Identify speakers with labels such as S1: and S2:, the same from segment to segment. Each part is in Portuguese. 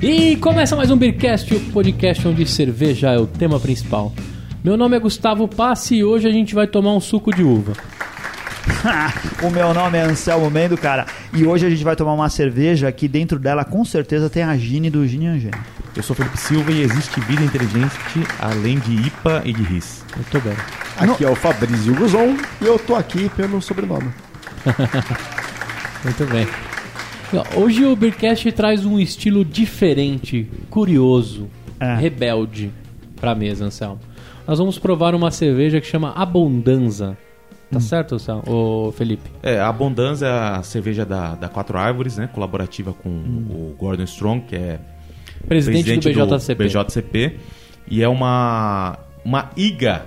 S1: E começa mais um Beercast, o podcast onde cerveja é o tema principal. Meu nome é Gustavo Passe e hoje a gente vai tomar um suco de uva.
S2: o meu nome é Anselmo Mendo, cara. E hoje a gente vai tomar uma cerveja que dentro dela com certeza tem a Gine do Gin Angel.
S3: Eu sou Felipe Silva e existe vida inteligente além de IPA e de RIS.
S1: Muito bem.
S4: Aqui é o Fabrício Guzon e eu tô aqui pelo sobrenome.
S1: Muito bem. E, ó, Hoje o Beercast traz um estilo diferente, curioso,
S2: É.
S1: rebelde pra mesa, Anselmo. Nós vamos provar uma cerveja que chama Abondanza.
S3: Hum.
S1: Tá certo, Anselmo? Ô, Felipe?
S3: É, a Bondanza é a cerveja da, da Quatro Árvores, né? Colaborativa com o Gordon Strong, que é
S1: Hum. Presidente, do BJCP.
S3: BJCP. E é uma, uma IGA,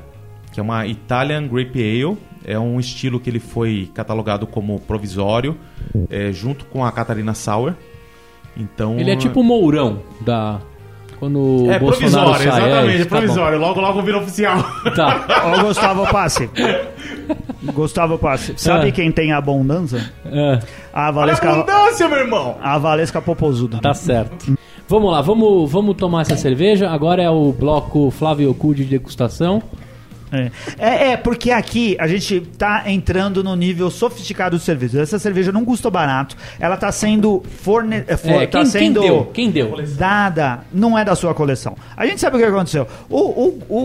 S3: que é uma Italian Grape Ale. É um estilo que ele foi catalogado como provisório, é, junto com a Catarina Sauer. Então,
S1: Ele é tipo o Mourão da. Quando o
S3: É
S1: Bolsonaro
S3: provisório,
S1: sai.
S3: exatamente,
S1: é, tá
S3: é
S1: bom.
S3: provisório. Logo, logo vira oficial.
S1: Tá.
S2: Ô, Gustavo Passe. Gustavo Passe. Sabe
S1: Ah.
S2: quem tem a abundância?
S1: É,
S2: A
S3: Olha a
S2: Valesca,
S3: abundância, meu irmão!
S2: a Valesca Popozuda.
S1: tá certo. Vamos lá, vamos, vamos tomar essa cerveja. Agora é o bloco Flávio Cu de degustação.
S2: É. É, é, porque aqui a gente tá entrando no nível sofisticado do serviço. Essa cerveja não custa barato, ela tá sendo forne... é, for-
S1: É,
S2: tá
S1: quem, quem
S2: sendo
S1: deu? Quem deu?
S2: dada, não é da sua coleção. A gente sabe o que aconteceu. O, o, o,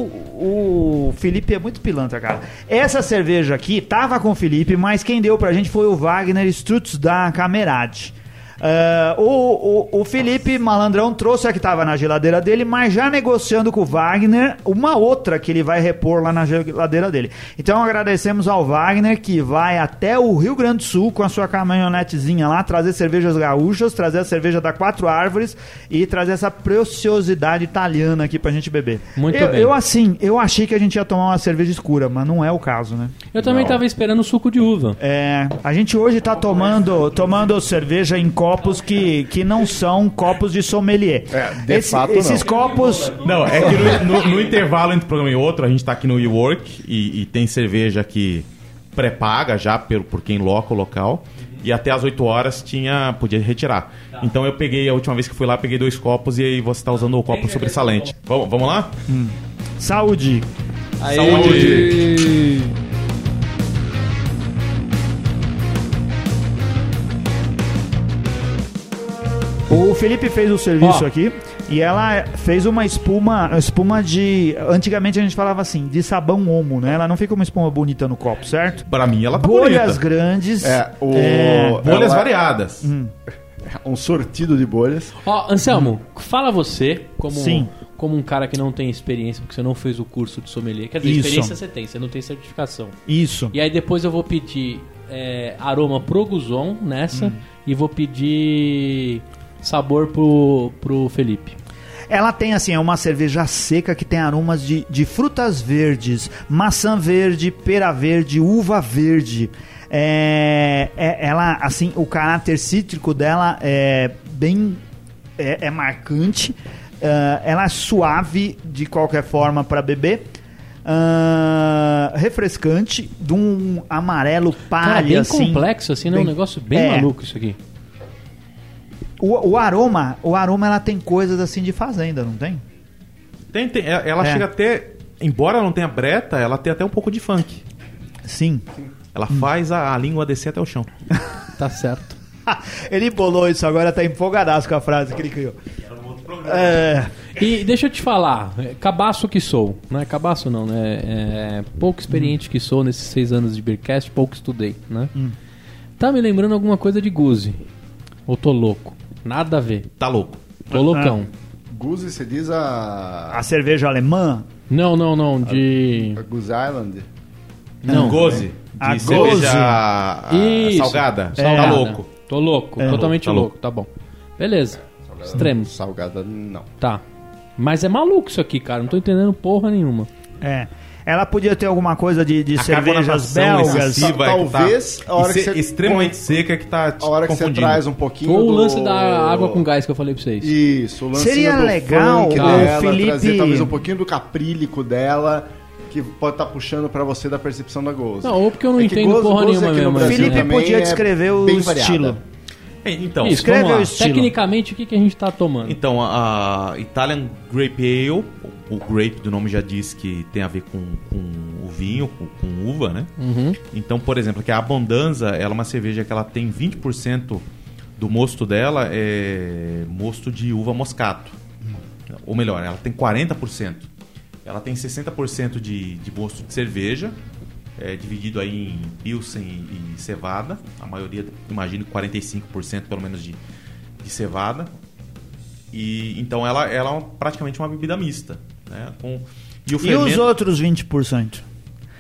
S2: o Felipe é muito pilantra, cara. Essa cerveja aqui tava com o Felipe, mas quem deu pra gente foi o Wagner Strutz da Camerade. Ah, o, o, o Felipe Malandrão trouxe a que tava na geladeira dele, mas já negociando com o Wagner uma outra que ele vai repor lá na geladeira dele. Então agradecemos ao Wagner que vai até o Rio Grande do Sul com a sua caminhonetezinha lá, trazer cervejas gaúchas, trazer a cerveja da Quatro Árvores e trazer essa preciosidade italiana aqui pra gente beber.
S1: Muito
S2: eu,
S1: bem.
S2: eu, assim, eu achei que a gente ia tomar uma cerveja escura, mas não é o caso, né?
S1: Eu também tava esperando suco de uva.
S2: É, a gente hoje tá tomando, tomando cerveja em copos que, que não são copos de sommelier.
S4: É, de fato,
S2: esses
S4: não.
S2: copos
S3: Não, é que no, no- no intervalo entre um programa e outro, a gente tá aqui no WeWork e, e tem cerveja que pré-paga já por, por quem loca o local. E até às 8 horas tinha podia retirar. Então eu peguei, a última vez que fui lá, peguei dois copos e aí você tá usando o copo sobressalente. Vamos, vamos lá?
S2: saúde. um
S3: Saúde!
S2: O Felipe fez o serviço
S1: Ó.
S2: aqui e ela fez uma espuma, espuma de. Antigamente a gente falava assim, de sabão homo, né? Ela não fica uma espuma bonita no copo, certo?
S3: Pra mim ela tá
S2: Bolhas
S3: bonita.
S2: grandes.
S4: É, o-
S2: É.
S3: Bolhas
S4: Ela-
S3: variadas.
S2: Hum.
S4: Um sortido de bolhas.
S1: Ó, Anselmo, fala você, como,
S2: Sim.
S1: como um cara que não tem experiência, porque você não fez o curso de sommelier. Quer dizer,
S2: Isso.
S1: experiência você tem, você não tem certificação.
S2: Isso.
S1: E aí depois eu vou pedir é, aroma pro Guzon nessa
S2: Hum.
S1: e vou pedir sabor pro, pro Felipe.
S2: Ela tem, assim, é uma cerveja seca que tem aromas de, de frutas verdes, maçã verde, pera verde, uva verde. É, é- ela, assim, o caráter cítrico dela é bem... é, é marcante. Ah, ela é suave, de qualquer forma, para beber. Ah, refrescante, de um amarelo
S1: Cara,
S2: palha,
S1: bem
S2: assim.
S1: complexo, assim, né? Um
S2: bem-
S1: negócio bem
S2: é.
S1: maluco isso aqui.
S2: O, o aroma, o aroma, ela tem coisas, assim, de fazenda, não tem?
S3: Tem, tem- é- ela
S2: É.
S3: chega até. Embora não tenha breta, ela tem até um pouco de funk.
S2: Sim.
S3: Ela
S2: Hum.
S3: faz a, a língua descer até o chão.
S1: Tá certo.
S2: ele bolou isso agora, tá empolgadaço com a frase que ele criou. É,
S1: E deixa eu te falar, é, cabaço que sou, né? Cabaço não, né? É, pouco experiente que sou nesses seis anos de Beercast, pouco estudei, né? Tá me lembrando alguma coisa de Guzi. Ou tô louco? Nada a ver.
S3: Tá louco.
S1: Tô loucão.
S4: Guzi, você diz a.
S2: a cerveja alemã,
S1: Não, não, não, de...
S4: a Goose Island?
S1: Não.
S3: Goze. De
S2: A goze.
S3: cerveja a-
S1: Isso. É.
S3: salgada.
S1: Salgada.
S3: Tá louco.
S1: Tô louco,
S2: É.
S1: totalmente
S3: Tá
S1: louco.
S3: louco.
S1: tá bom. Beleza. Extremos,
S4: Salgada, não.
S1: tá. Mas é maluco isso aqui, cara. Não tô entendendo porra nenhuma.
S2: é. Ela podia ter alguma coisa de, de
S3: A
S2: cervejas
S3: carbonatação
S2: belgas.
S4: excessiva.
S3: excessiva é que tá-
S4: Talvez a hora
S3: e
S4: que
S3: ser
S4: você-
S3: extremamente seca que tá te
S4: A hora que você
S3: confundindo.
S4: traz um pouquinho.
S1: Ou o
S4: do-
S1: lance da água com gás que eu falei pra vocês.
S4: Isso, o lance
S2: Seria
S4: do
S2: legal
S4: funk
S2: o
S4: dela,
S2: Felipe-
S4: trazer talvez um pouquinho do caprílico dela, que pode estar puxando pra você da percepção da Goze.
S1: Não, ou porque eu não
S4: É que
S1: entendo porra
S4: Goze
S1: nenhuma
S4: aqui no
S1: mesmo,
S4: Brasil
S1: assim, né?
S2: Felipe
S4: também
S2: podia
S4: é
S2: descrever o
S4: bem variada.
S2: estilo.
S3: É, Então,
S1: Isso,
S2: escreve
S1: vamos lá.
S2: o estilo.
S1: Tecnicamente, o que, que a gente tá tomando?
S3: Então, a a Italian Grape Ale, o o grape do nome já diz que tem a ver com, com o vinho, com, com uva, né?
S4: Uhum.
S3: Então, por exemplo, que a Abondanza, ela é uma cerveja que ela tem 20% do mosto dela é mosto de uva moscato.
S4: Hum.
S3: Ou melhor, ela tem 40%. Ela tem 60% de, de mosto de cerveja, é, dividido aí em Pilsen e, e cevada. A maioria, imagino, 45% pelo menos de, de cevada. E então ela, ela é praticamente uma bebida mista, né? Com e o
S2: E
S3: fermento
S2: os outros 20%?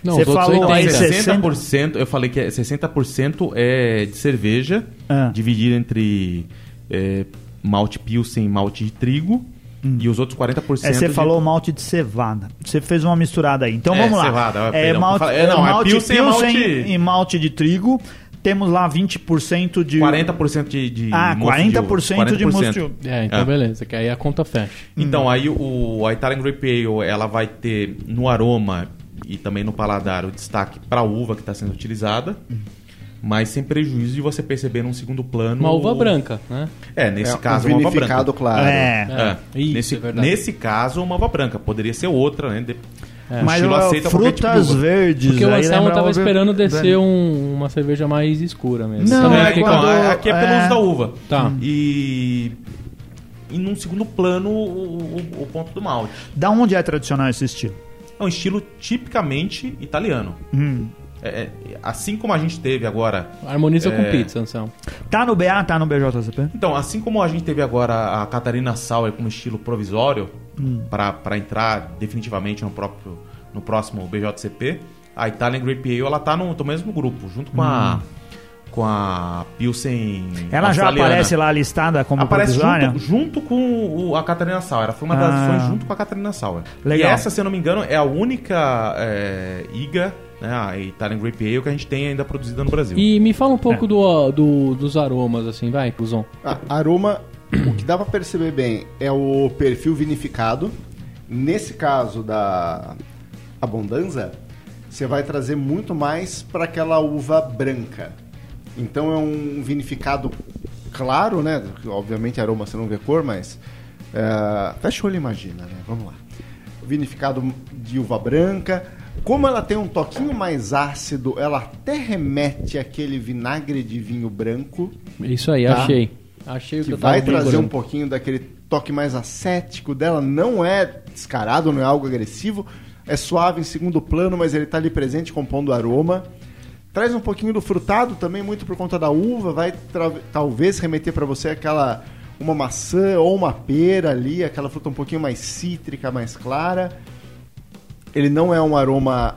S1: Não,
S2: Você
S1: os outros
S2: falou
S3: Não, é
S1: 80.
S2: aí,
S3: 60%, eu falei que é 60% é de cerveja,
S2: Ah.
S3: dividido entre é, malte pilsen e malte de trigo, e os outros 40%
S2: Hum. É, você
S3: de-
S2: falou malte de cevada. Você fez uma misturada aí. Então
S3: É,
S2: vamos lá.
S3: cevada, é,
S2: é
S3: perdão.
S2: malte,
S3: Fala- é, não, é
S2: malte
S3: pilsen e malte-
S2: e malte de trigo. Temos lá 20% de...
S3: 40% de, de
S2: Ah,
S3: mosto
S2: 40% de
S3: uva.
S2: mosto de Hum. uva.
S1: É, então
S3: Ah.
S1: beleza, que aí a conta fecha.
S3: Então, aí o, a Italian Grape Ale, ela vai ter no aroma e também no paladar o destaque para a uva que está sendo utilizada,
S2: Hum.
S3: mas sem prejuízo de você perceber num segundo plano...
S1: Uma uva branca, né?
S3: É, nesse
S4: É,
S3: caso,
S4: um
S3: uma uva branca.
S4: vinificado, claro.
S2: É.
S3: É.
S1: É, isso,
S3: nesse,
S1: é verdade.
S3: nesse caso, uma uva branca. Poderia ser outra, né? De- O
S2: É. Mas
S3: Chile
S2: ó,
S3: qualquer tipo de
S2: frutas
S3: uva.
S2: verdes.
S1: Porque o
S2: aí
S1: Anselmo
S2: lembra
S1: tava
S2: o-
S1: esperando descer um- uma cerveja mais escura mesmo.
S2: Não,
S1: Também
S3: é,
S1: fica-
S3: então,
S2: né, quando-
S3: a- aqui é pelo
S2: é.
S3: uso da uva.
S1: Tá.
S3: E... E num segundo plano, o, o- o ponto do malte.
S2: Da onde é tradicional esse estilo?
S3: É um estilo tipicamente italiano.
S2: Hum.
S3: É, é, assim como a gente teve agora...
S1: Harmoniza
S3: É.
S1: com pizza, Anselmo.
S2: Tá no BA, tá no BJCP?
S3: Então, assim como a gente teve agora a Catarina Sauer como estilo provisório
S2: Hum.
S3: pra para entrar definitivamente no próprio no próximo BJCP, a Italian Grape Ale ela tá no, no mesmo grupo, junto com a com a Pilsen
S2: Hum. Ela já
S3: australiana.
S2: aparece lá listada como
S3: Aparece
S2: provisória?
S3: junto, junto com o- a Catarina Sauer. Ela foi uma das
S2: Ah.
S3: edições junto com a Catarina Sauer.
S2: Legal.
S3: E essa, se eu não me engano, é a única é, IGA, né, a Italian Grape Ale, que a gente tem ainda produzida no Brasil.
S1: E me fala um pouco do, do- dos aromas, assim, vai, Cusão.
S4: Ah, aroma, o que dá pra perceber bem é o perfil vinificado. Nesse caso da Abondanza, você vai trazer muito mais para aquela uva branca. Então é um vinificado claro, né? Obviamente aroma você não vê cor, mas eh, fecha o olho e imagina, né? Vamos lá. Vinificado de uva branca. Como ela tem um toquinho mais ácido, ela até remete àquele vinagre de vinho branco
S1: Isso aí,
S4: Tá.
S1: achei. Achei o que,
S4: que
S1: eu tava
S4: vai trazer um
S1: procurando.
S4: pouquinho daquele toque mais ascético dela. Não é descarado, não é algo agressivo. É suave em segundo plano, mas ele tá ali presente compondo aroma. Traz um pouquinho do frutado também, muito por conta da uva. Vai tra- talvez remeter para você aquela uma maçã ou uma pera ali, aquela fruta um pouquinho mais cítrica, mais clara. Ele não é um aroma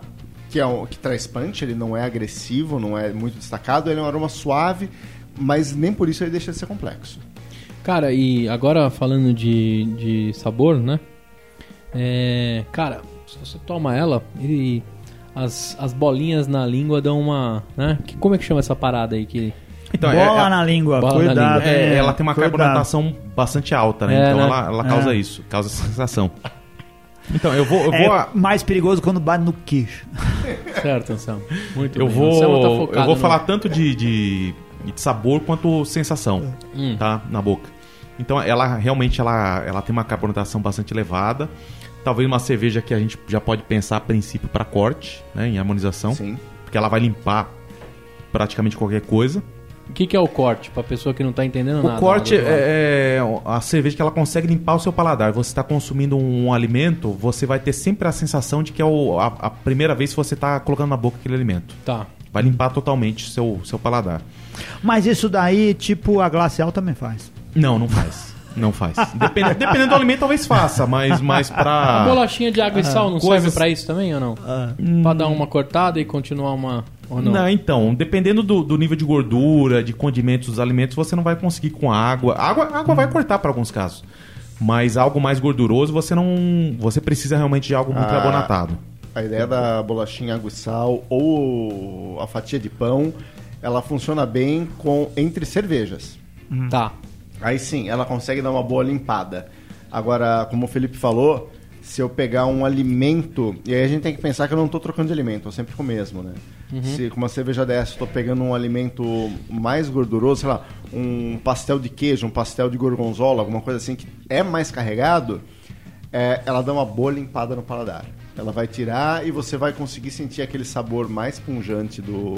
S4: que, é um- que traz punch, ele não é agressivo, não é muito destacado, ele é um aroma suave, mas nem por isso ele deixa de ser complexo.
S1: Cara, e agora falando de, de sabor, né? É, cara, se você toma ela, ele, as, as bolinhas na língua dão uma. Né? Que, como é que chama essa parada aí? Que,
S3: Então, é-
S2: bola
S3: é-
S2: na língua,
S1: Bola na
S2: cuidado.
S1: língua.
S3: É, ela tem uma
S2: cuidado.
S3: carbonatação bastante alta, né?
S1: É,
S3: então
S1: né?
S3: ela, ela causa
S2: É.
S3: isso, causa essa sensação. Então, eu vou. Eu
S2: É
S3: vou, a-
S2: mais perigoso quando bate no queixo.
S1: certo, Anselmo. Muito
S3: eu
S1: bem. Anselmo tá
S3: vou,
S1: focado
S3: eu vou
S1: no-
S3: falar tanto de, de, de sabor quanto sensação,
S1: Hum.
S3: tá? Na boca. Então, ela realmente ela, ela tem uma carbonatação bastante elevada. Talvez uma cerveja que a gente já pode pensar a princípio para corte, né? Em harmonização.
S4: Sim.
S3: Porque ela vai limpar praticamente qualquer coisa.
S1: O que, que é o corte? Pra pessoa que não tá entendendo
S3: O
S1: nada.
S3: corte
S1: nada do lado.
S3: é, é a cerveja que ela consegue limpar o seu paladar. Você está consumindo um, alimento, você vai ter sempre a sensação de que é o- a, a primeira vez que você está colocando na boca aquele alimento.
S1: Tá.
S3: Vai limpar totalmente o seu, seu paladar.
S2: Mas isso daí, tipo, a glacial também faz.
S3: Não, não faz. Não faz. Depende- dependendo do alimento, talvez faça, mas, mas
S1: A
S3: pra.
S1: bolachinha de água e sal não
S3: Ah. coisas-
S1: serve pra isso também ou não?
S3: Ah.
S1: Pra dar uma cortada e continuar uma. é Ou não?
S3: Não. então, dependendo do, do nível de gordura, de condimentos dos alimentos, você não vai conseguir com água. Água, água vai cortar para alguns casos. Mas algo mais gorduroso, você não. Você precisa realmente de algo muito
S4: Ah.
S3: carbonatado.
S4: A ideia da bolachinha aguçal ou a fatia de pão, ela funciona bem com entre cervejas.
S1: Tá.
S3: Hum.
S4: Aí sim, ela consegue dar uma boa limpada. Agora, como o Felipe falou, se eu pegar um alimento, e aí a gente tem que pensar que eu não estou trocando de alimento, eu sempre com o mesmo, né? Se com uma cerveja dessa eu estou pegando um alimento mais gorduroso, sei lá, um pastel de queijo, um pastel de gorgonzola, alguma coisa assim que é mais carregado, é, ela dá uma boa limpada no paladar. Ela vai tirar e você vai conseguir sentir aquele sabor mais punjante do,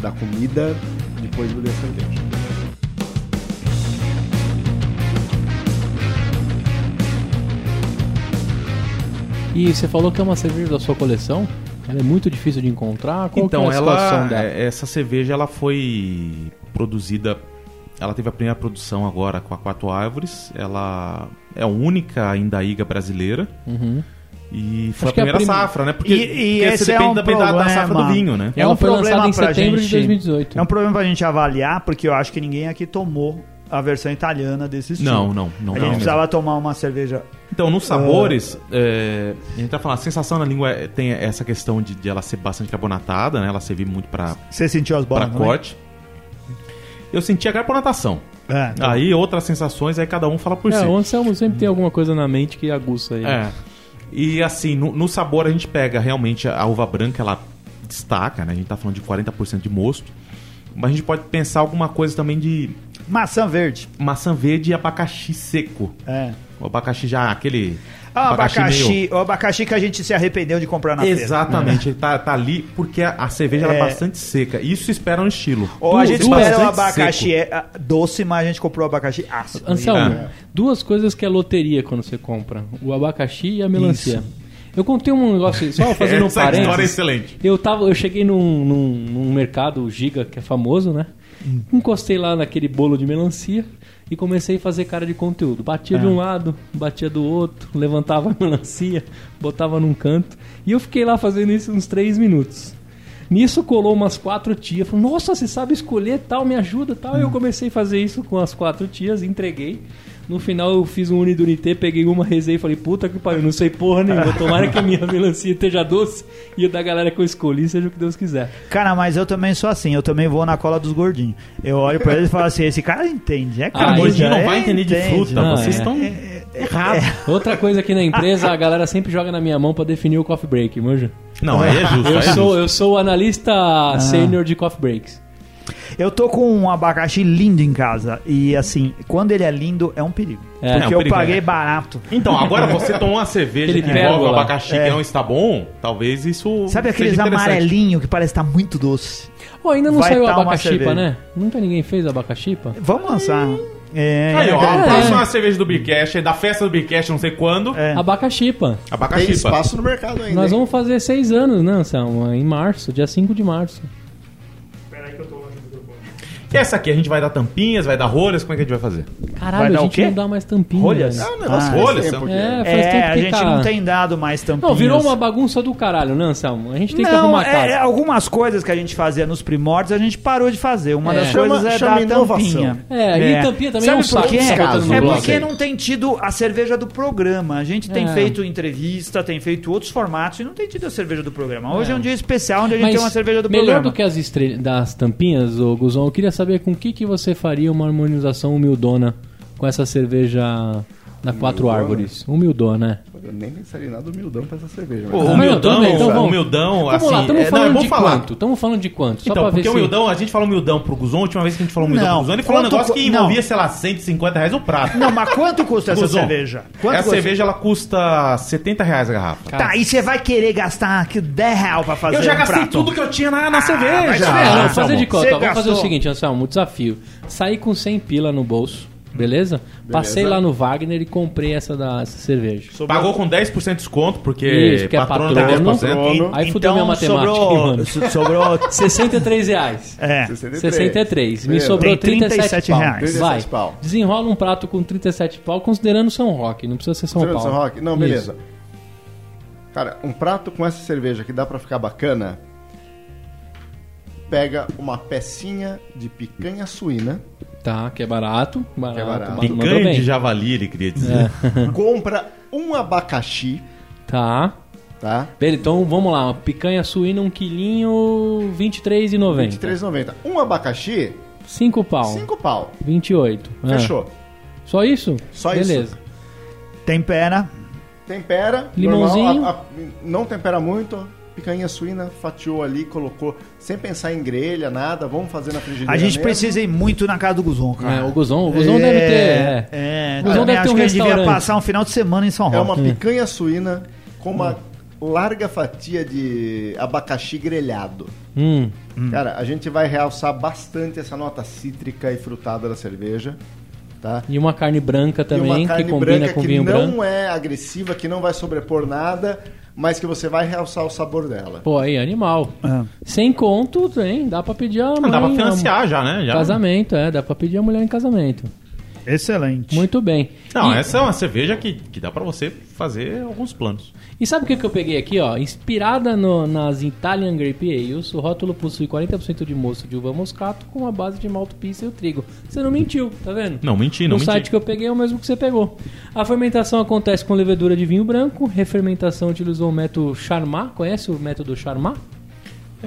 S4: da comida depois do cerveja.
S1: E você falou que é uma cerveja da sua coleção? Ela é muito difícil de encontrar? Qual
S3: então,
S1: que é a situação
S3: ela,
S1: dela?
S3: é- essa cerveja ela foi produzida. Ela teve a primeira produção agora com a Quatro Árvores. Ela é a única indaíga brasileira. E foi
S1: Acho
S3: a
S1: que é a
S3: primeira
S1: prim-
S3: safra, né? Porque,
S2: E- e
S3: porque
S2: esse
S3: você
S2: é
S3: depende
S2: um
S3: também da, da safra do
S2: problema.
S3: vinho, né?
S2: É
S1: Ela
S2: um
S1: foi lançada
S2: problema
S1: em
S2: pra
S1: setembro de
S2: gente.
S1: 2018.
S2: É um problema pra gente avaliar, porque eu acho que ninguém aqui tomou a versão italiana desse estilo.
S3: Não, não, não.
S2: tipo A
S3: não
S2: gente
S3: mesmo.
S2: precisava tomar uma cerveja.
S3: Então, nos sabores, é, a gente tá falando, a sensação na língua é- tem essa questão de, de ela ser bastante carbonatada, né? Ela servir muito pra,
S2: Você sentiu as
S3: pra
S2: bolas? não é?
S3: corte. Eu senti a carbonatação.
S2: É, tá.
S3: Aí outras sensações, aí cada um fala por
S1: É,
S3: si.
S1: o Anselmo sempre tem alguma coisa na mente que aguça ele.
S3: É. E assim, no, no sabor a gente pega realmente a uva branca, ela destaca, né? A gente tá falando de 40% de mosto. Mas a gente pode pensar alguma coisa também de
S2: Maçã verde.
S3: maçã verde e abacaxi seco.
S2: É.
S3: O abacaxi já, aquele.
S2: Ah, o
S3: meio-
S2: abacaxi, o abacaxi que a gente se arrependeu de comprar na né? feira.
S3: Exatamente, ele tá, tá ali porque a, a cerveja ela é
S2: É.
S3: bastante seca. Isso espera um estilo.
S2: Ou a
S1: Du-
S2: gente
S1: duas
S2: espera o
S3: bastante
S2: abacaxi
S3: seco.
S2: é, ah, doce, mas a gente comprou o abacaxi ácido.
S1: Anselmo,
S3: É.
S1: duas coisas que é loteria quando você compra: o abacaxi e a melancia. Eu contei um negócio, só fazendo um
S3: Essa história é
S1: parênteses.
S3: excelente.
S1: Eu, tava, eu cheguei num, num, num mercado, o Giga, que é famoso, né?
S3: Hum.
S1: Encostei lá naquele bolo de melancia e comecei a fazer cara de conteúdo. Batia
S3: É.
S1: de um lado, batia do outro, levantava a melancia, botava num canto. E eu fiquei lá fazendo isso uns três minutos. Nisso colou umas quatro tias, falou, nossa, você sabe escolher tal, me ajuda tal. E eu comecei a fazer isso com as quatro tias, entreguei. No final eu fiz um unidunité, peguei uma, rezei e falei, puta que pariu, não sei porra nenhuma. Tomara que a minha melancia esteja doce e a da galera que eu escolhi seja o que Deus quiser.
S2: Cara, mas eu também sou assim, eu também vou na cola dos gordinhos. Eu olho pra eles e falo assim, esse cara entende, é cara.
S1: Ah,
S3: gordinho
S2: já
S3: não
S2: é,
S3: vai entender de
S2: entende.
S3: fruta, É.
S1: Não,
S3: vocês
S1: é.
S3: estão errados.
S1: Outra coisa aqui na empresa, a galera sempre joga na minha mão pra definir o coffee break, manja?
S3: Não, aí é justo. aí
S1: Eu
S3: é justo.
S1: sou, eu sou o analista sênior de coffee breaks.
S2: Eu tô com um abacaxi lindo em casa. E assim, quando ele é lindo, é um perigo.
S1: É,
S2: porque
S3: é um
S2: eu
S3: perigo,
S2: paguei
S3: é.
S2: barato.
S3: Então, agora você tomou uma cerveja
S1: Aquele
S3: que envolve o
S1: pérola.
S3: abacaxi que não está bom, talvez isso.
S2: É. Sabe
S3: seja
S2: aqueles
S3: interessante.
S2: amarelinhos que parece estar muito doce?
S1: Pô, ainda não
S2: Vai
S1: saiu
S2: tá uma
S1: abacaxipa,
S2: cerveja.
S1: né? Nunca ninguém fez abacaxipa?
S2: Vamos lançar. É,
S3: Aí, ó,
S1: É.
S3: a próxima cerveja do Beercast é da festa do Beercast, não sei quando.
S2: É.
S1: Abacaxipa.
S3: Abacaxi.
S4: Tem
S3: pá.
S4: espaço no mercado ainda.
S1: Nós
S4: hein?
S1: vamos fazer seis anos, né, Anselmo? Em março, dia 5 de março.
S3: E essa aqui, a gente vai dar tampinhas, vai dar rolhas, como é que a gente vai fazer?
S1: Caralho,
S2: Vai dar
S1: a
S2: o
S1: gente
S2: quê?
S1: não dá mais tampinha.
S2: Rolhas?
S1: velho.
S4: É um negócio
S2: Ah,
S4: faz
S3: olha,
S4: tempo
S3: são-
S4: que-
S1: É, faz
S2: É,
S1: tempo
S2: a
S1: que
S2: gente
S1: tá...
S2: não tem dado mais tampinhas.
S1: Não, virou uma bagunça do caralho, né, Anselmo? A gente tem que
S2: Não,
S1: arrumar a
S2: é,
S1: casa.
S2: é, algumas coisas que a gente fazia nos primórdios, a gente parou de fazer. Uma
S1: É.
S2: das
S4: Chama-
S2: coisas é
S4: chama
S2: dar
S4: inovação.
S2: tampinha.
S1: É, e tampinha também é um
S2: Sabe
S1: saco.
S2: por quê?
S1: ficar botando no
S2: É
S4: bloco
S2: porque
S1: aí.
S2: não tem tido a cerveja do programa. A gente tem
S1: É.
S2: feito entrevista, tem feito outros formatos e não tem tido a cerveja do programa. Hoje é, um dia especial onde a gente
S1: Mas
S2: tem uma cerveja do
S1: melhor
S2: programa.
S1: do que as estrel- das tampinhas, ô Guzão, eu queria saber com que, que você faria uma harmonização humildona com essa cerveja na Quatro Árvores. Humildona, é.
S4: Eu nem pensaria em nada humildão pra essa cerveja.
S3: Pô,
S1: Ah,
S4: mas-
S1: mas eu
S3: humildão,
S1: também, então vamos.
S3: humildão,
S1: Vamos
S3: assim.
S1: lá,
S3: é,
S1: estamos
S3: não,
S1: falando
S3: é bom
S1: de
S3: falar.
S1: quanto? Estamos falando de quanto? Só
S3: Então,
S1: pra ver
S3: porque
S1: se...
S3: humildão, a gente fala humildão pro Guzon, a última vez que a gente falou humildão
S2: Não.
S3: pro Guzon, ele falou um
S2: Quanto
S3: negócio que
S2: cu- não.
S3: envolvia, sei lá, 150 reais o prato.
S2: Não, mas quanto custa essa
S3: Guzon,
S2: cerveja? Quanto
S3: essa
S2: custa?
S3: cerveja ela custa 70 reais a garrafa.
S2: Tá, e você vai querer gastar aqui 10 reais pra fazer
S3: Eu já
S2: um
S3: gastei
S2: prato. Ah,
S3: tudo que eu tinha na, na
S2: vai
S3: cerveja.
S2: se
S1: É, não,
S2: ferrar,
S1: vamos fazer
S2: Anselmo.
S1: de conta.
S2: Você
S1: Vamos fazer o
S2: gastou.
S1: seguinte, Anselmo, um desafio. Saí com 100 pila no bolso, beleza? Passei lá no Wagner e comprei essa, da, essa cerveja.
S3: Pagou
S2: um
S3: com 10% de desconto, porque,
S1: Isso, porque é
S3: patrono,
S1: patrono.
S3: tem 10%.
S4: Patrono.
S1: Aí fudeu minha matemática, hein,
S2: sobrou,
S1: mano.
S2: so- sobrou...
S1: 63 reais.
S2: É,
S1: 63. Me
S4: Beleza.
S1: sobrou
S2: Tem
S1: 37 pau.
S2: 37
S1: Vai.
S4: reais. pau.
S1: Desenrola um prato com 37 pau, considerando São Roque. Não precisa ser São
S4: Cerveja
S1: Paulo.
S4: São Roque? Não,
S1: Isso.
S4: beleza. Cara, um prato com essa cerveja que dá pra ficar bacana, pega uma pecinha de picanha suína,
S1: Tá, que é barato. Barato,
S4: barato.
S2: um
S1: barato. mandou
S3: Picanha
S1: bem. É.
S3: de javali, ele queria dizer.
S4: compra um abacaxi,
S1: Tá.
S4: tá?
S1: Beleza, então vamos lá. Picanha suína, um quilinho, 23,90.
S4: 23,90. Um abacaxi,
S1: 5 pau.
S4: 5 pau.
S1: 28. Ah.
S4: Fechou.
S1: Só isso?
S4: Só
S1: Beleza.
S2: Tempera.
S4: Tempera.
S1: Limãozinho.
S4: normal, a- a- não tempera muito. Picanha suína, fatiou ali, colocou, sem pensar em grelha, nada. Vamos fazer na frigideira
S2: A gente
S4: mesmo.
S2: precisa ir muito na casa do Guzon, cara.
S1: É, o Guzon, o Guzon deve ter. É.
S2: Ah. É,
S1: O Guzon
S2: também
S1: deve ter
S2: acho
S1: um
S2: que a gente devia
S1: restaurante.
S2: passar um final de semana em São
S4: É uma
S1: né?
S2: Roque.
S4: picanha suína com uma larga fatia de abacaxi grelhado.
S1: Hum.
S4: Cara, a gente vai realçar bastante essa nota cítrica e frutada da cerveja, tá?
S1: E uma carne branca
S4: e
S1: também,
S4: uma
S1: que
S4: carne
S1: combina
S4: branca
S1: com
S4: que
S1: vinho
S4: não
S1: branco.
S4: é agressiva, que não vai sobrepor nada, mas que você vai realçar o sabor dela.
S1: Pô, aí, animal.
S2: Ah,
S1: Sem conto, hein? Dá pra pedir a mãe.
S3: Não, dá pra
S1: a-
S3: financiar já, né? Já.
S1: Casamento, é. Dá pra pedir a mulher em casamento.
S2: É. Excelente.
S1: Muito bem.
S3: Não,
S1: e,
S3: essa é uma cerveja que, que dá pra você fazer alguns planos.
S1: e sabe o que, que eu peguei aqui, ó? Inspirada no- nas Italian Grape Ales, o rótulo possui 40% de moço de uva moscato com a base de malto pizza e o trigo. Você não mentiu, tá vendo?
S3: Não, menti, não
S1: o
S3: menti.
S1: site que eu peguei é o mesmo que você pegou. A fermentação acontece com levedura de vinho branco. Refermentação utilizou o método Charmat. Conhece o método Charmat?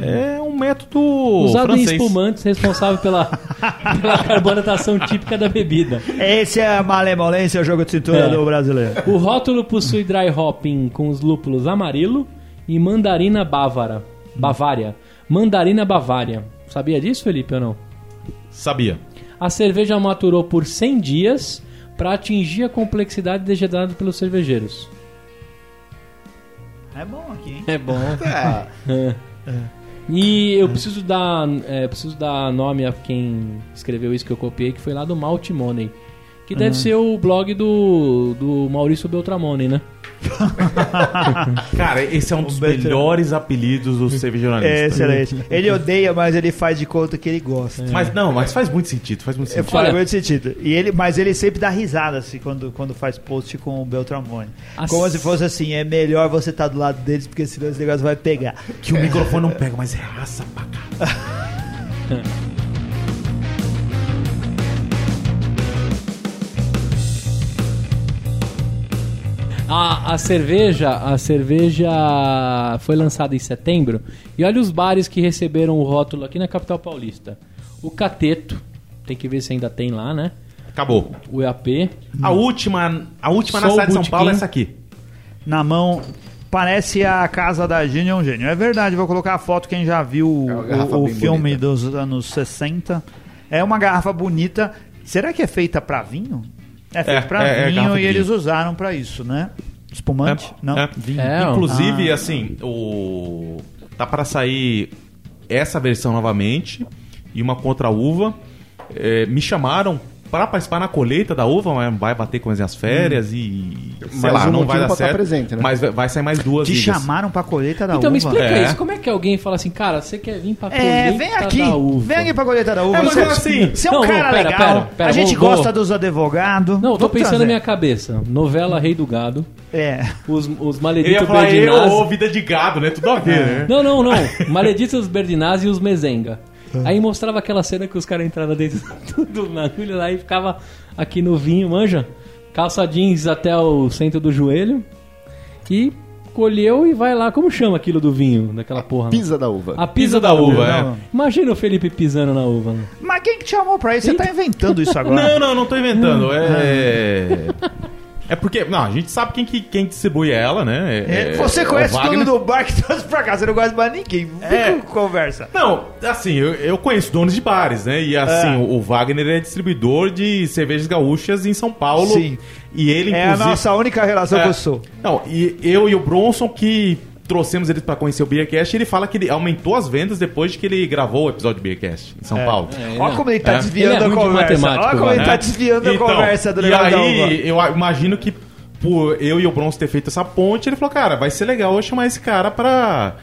S3: É um método
S1: Usado
S3: francês.
S1: em espumantes, responsável pela, pela carbonatação típica da bebida.
S2: Esse é a malemolência, o jogo de cintura
S1: É.
S2: do brasileiro.
S1: O rótulo possui dry hopping com os lúpulos amarelo e mandarina bávara. Bavária. Mandarina bavária. Sabia disso, Felipe, ou não?
S3: Sabia.
S1: A cerveja maturou por 100 dias para atingir a complexidade desejada pelos cervejeiros.
S2: É bom aqui, hein?
S1: É bom.
S4: É,
S1: E eu preciso dar, é, preciso dar nome a quem escreveu isso que eu copiei, que foi lá do Malt Money. Que deve ser o blog do, do Maurício Beltramone, né?
S3: Cara, esse é um dos
S2: Beto-
S3: melhores apelidos do cervejeirista.
S2: É excelente. Ele odeia, mas ele faz de conta que ele gosta.
S1: É.
S3: Mas não, mas faz muito sentido, faz muito
S2: Eu
S3: sentido.
S2: falo
S1: Olha-
S2: muito sentido. E ele, mas ele sempre dá risada assim, quando, quando faz post com o Beltramone.
S1: As-
S2: Como se fosse assim, é melhor você estar do lado deles, porque senão esse negócio vai pegar.
S3: Que o microfone não pega, mas é raça pra caralho.
S1: A, a cerveja, a cerveja foi lançada em setembro. E olha os bares que receberam o rótulo aqui na capital paulista. O Cateto, tem que ver se ainda tem lá, né?
S3: Acabou.
S1: O EAP.
S3: A última, a última na
S1: Hum. Sou
S3: cidade de São
S1: bootkin.
S3: Paulo é essa aqui.
S2: Na mão, parece a casa da Gina é um gênio. É verdade, vou colocar a foto, quem já viu
S4: É uma
S2: o,
S4: garrafa
S2: o
S4: bem
S2: filme
S4: bonita.
S2: dos anos 60. É uma garrafa bonita. Será que é feita pra vinho? É feita
S3: É,
S2: pra
S3: é, é
S2: vinho
S3: garrafa
S2: e
S3: de
S2: eles
S3: vinho.
S2: usaram pra isso, né? Espumante? Não,
S3: é.
S2: vinho.
S1: É, ó.
S3: Inclusive, assim, o tá pra sair essa versão novamente e uma contra uva. É, me chamaram pra participar na colheita da uva, mas vai bater com as minhas férias e sei
S4: Hum. Mais
S3: lá,
S4: um
S3: não
S4: motivo
S3: vai dar
S4: pra tá
S3: certo.
S4: presente, né?
S3: Mas vai- vai sair mais duas
S2: Te
S3: ligas.
S2: chamaram pra colheita da
S1: então
S2: uva?
S1: me explica
S3: É.
S1: isso. Como é que alguém fala assim, cara, você quer vir pra
S2: É,
S1: colheita
S2: vem aqui.
S1: da uva?
S2: Vem aqui pra colheita da uva.
S3: É, mas
S2: Você-
S3: como assim?
S2: Você é um
S1: Não, não,
S2: cara
S1: pera,
S2: legal.
S1: pera, pera,
S2: a gente
S1: vou-
S2: gosta
S1: vou-
S2: dos advogados.
S1: Não, eu tô
S2: Vamos
S1: pensando na
S2: trazer.
S1: minha cabeça. Novela Rei do Gado,
S2: É.
S1: os, os
S3: Eu ia
S1: Maleditos
S3: falar eu
S1: Berdinazzi.
S3: ou vida de gado, né? Tudo a ver, né?
S1: Não, não, não. Maleditos Berdinazzi e os Mezenga. Aí mostrava aquela cena que os caras entravam dentro do bagulho lá e ficava aqui no vinho, manja. Calça jeans até o centro do joelho. E colheu e vai lá. Como chama aquilo do vinho? Daquela porra lá?
S4: pisa da uva.
S1: A
S3: Pisa da uva,
S2: Não.
S3: é.
S1: né? Imagina o Felipe pisando na uva. né?
S2: Mas quem que te chamou pra isso? Você
S1: Então-
S2: tá inventando isso agora.
S3: Não, não, não tô inventando. É. É porque. Não, a gente sabe quem, que, quem distribui ela, né?
S2: É, você conhece
S3: o
S2: dono
S3: Wagner.
S2: do bar que trouxe pra cá, você não gosta mais de ninguém.
S3: É.
S2: Fica com conversa.
S3: Não, assim, eu, eu conheço donos de bares, né? E assim,
S2: É.
S3: o, o Wagner é distribuidor de cervejas gaúchas em São Paulo.
S2: Sim.
S3: E ele,
S2: É a
S3: inclusive.
S2: nossa única relação
S3: é.
S2: com o Sul.
S3: Não, e eu e o Bronson que trouxemos ele pra conhecer o Beercast, ele fala que ele aumentou as vendas depois de que ele gravou o episódio do Beercast em São
S2: É.
S3: Paulo.
S2: Olha como ele tá
S3: É.
S1: Ele
S2: desviando
S1: é
S2: a
S1: ruim de
S2: conversa.
S1: matemática,
S2: Olha como ele
S1: né?
S2: tá desviando a
S3: Então,
S2: conversa do
S3: E
S2: negócio da uva.
S3: aí, eu a- imagino que por eu e o Bronson ter feito essa ponte, ele falou, cara, vai ser legal eu chamar esse cara pra,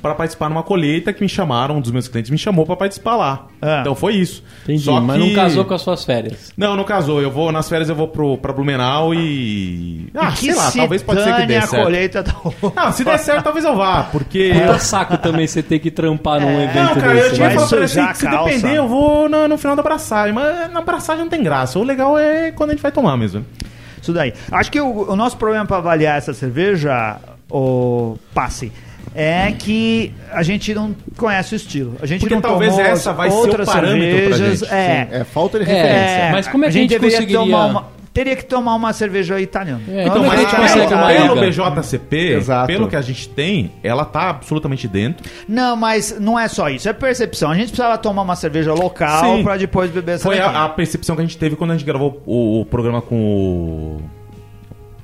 S3: pra participar numa colheita que me chamaram, um dos meus clientes me chamou pra participar lá.
S2: Ah.
S3: Então foi isso.
S1: Entendi,
S3: Só
S1: mas não
S3: que-
S1: casou com as suas férias.
S3: Não, não casou. Eu vou, nas férias eu vou pro, pra Blumenau e... Ah,
S2: E
S3: sei lá,
S2: se
S3: talvez pode ser que
S2: dane
S3: dê
S2: a
S3: certo.
S2: colheita da uva.
S3: Ah, se der certo, talvez eu vá, porque...
S1: Puta
S3: eu-
S1: saco também você ter que trampar num evento
S3: É. Não, cara, eu
S1: desse.
S3: tinha
S1: né?
S2: vai
S3: falado pra ele
S2: sujar
S3: assim, que se
S2: a calça.
S3: depender, eu vou no, no final da abraçagem. Mas na abraçagem não tem graça. O legal é quando a gente vai tomar mesmo.
S2: Isso daí. Acho que o, o nosso problema para avaliar essa cerveja, o passe, é que a gente não conhece o estilo. A gente
S3: Porque
S2: não
S3: talvez
S2: tomou
S3: essa vai ser o
S2: outras
S3: parâmetro pra
S2: cervejas.
S3: gente.
S2: É,
S4: É falta de
S1: É,
S4: referência.
S1: mas como é que a gente
S2: deveria
S1: conseguiria-
S2: tomar uma- teria que tomar uma cerveja italiana.
S1: É,
S2: Não,
S1: então,
S2: mas
S1: mas a gente
S2: italiana-
S1: consegue
S3: pelo,
S1: uma
S3: tá pelo
S1: liga.
S3: BJCP,
S4: Exato.
S3: pelo que a gente tem, ela tá absolutamente dentro.
S2: Não, mas não é só isso, é percepção. A gente precisava tomar uma cerveja local
S3: Sim.
S2: pra depois beber essa
S3: Foi
S2: daqui.
S3: a, a percepção que a gente teve quando a gente gravou o, o programa com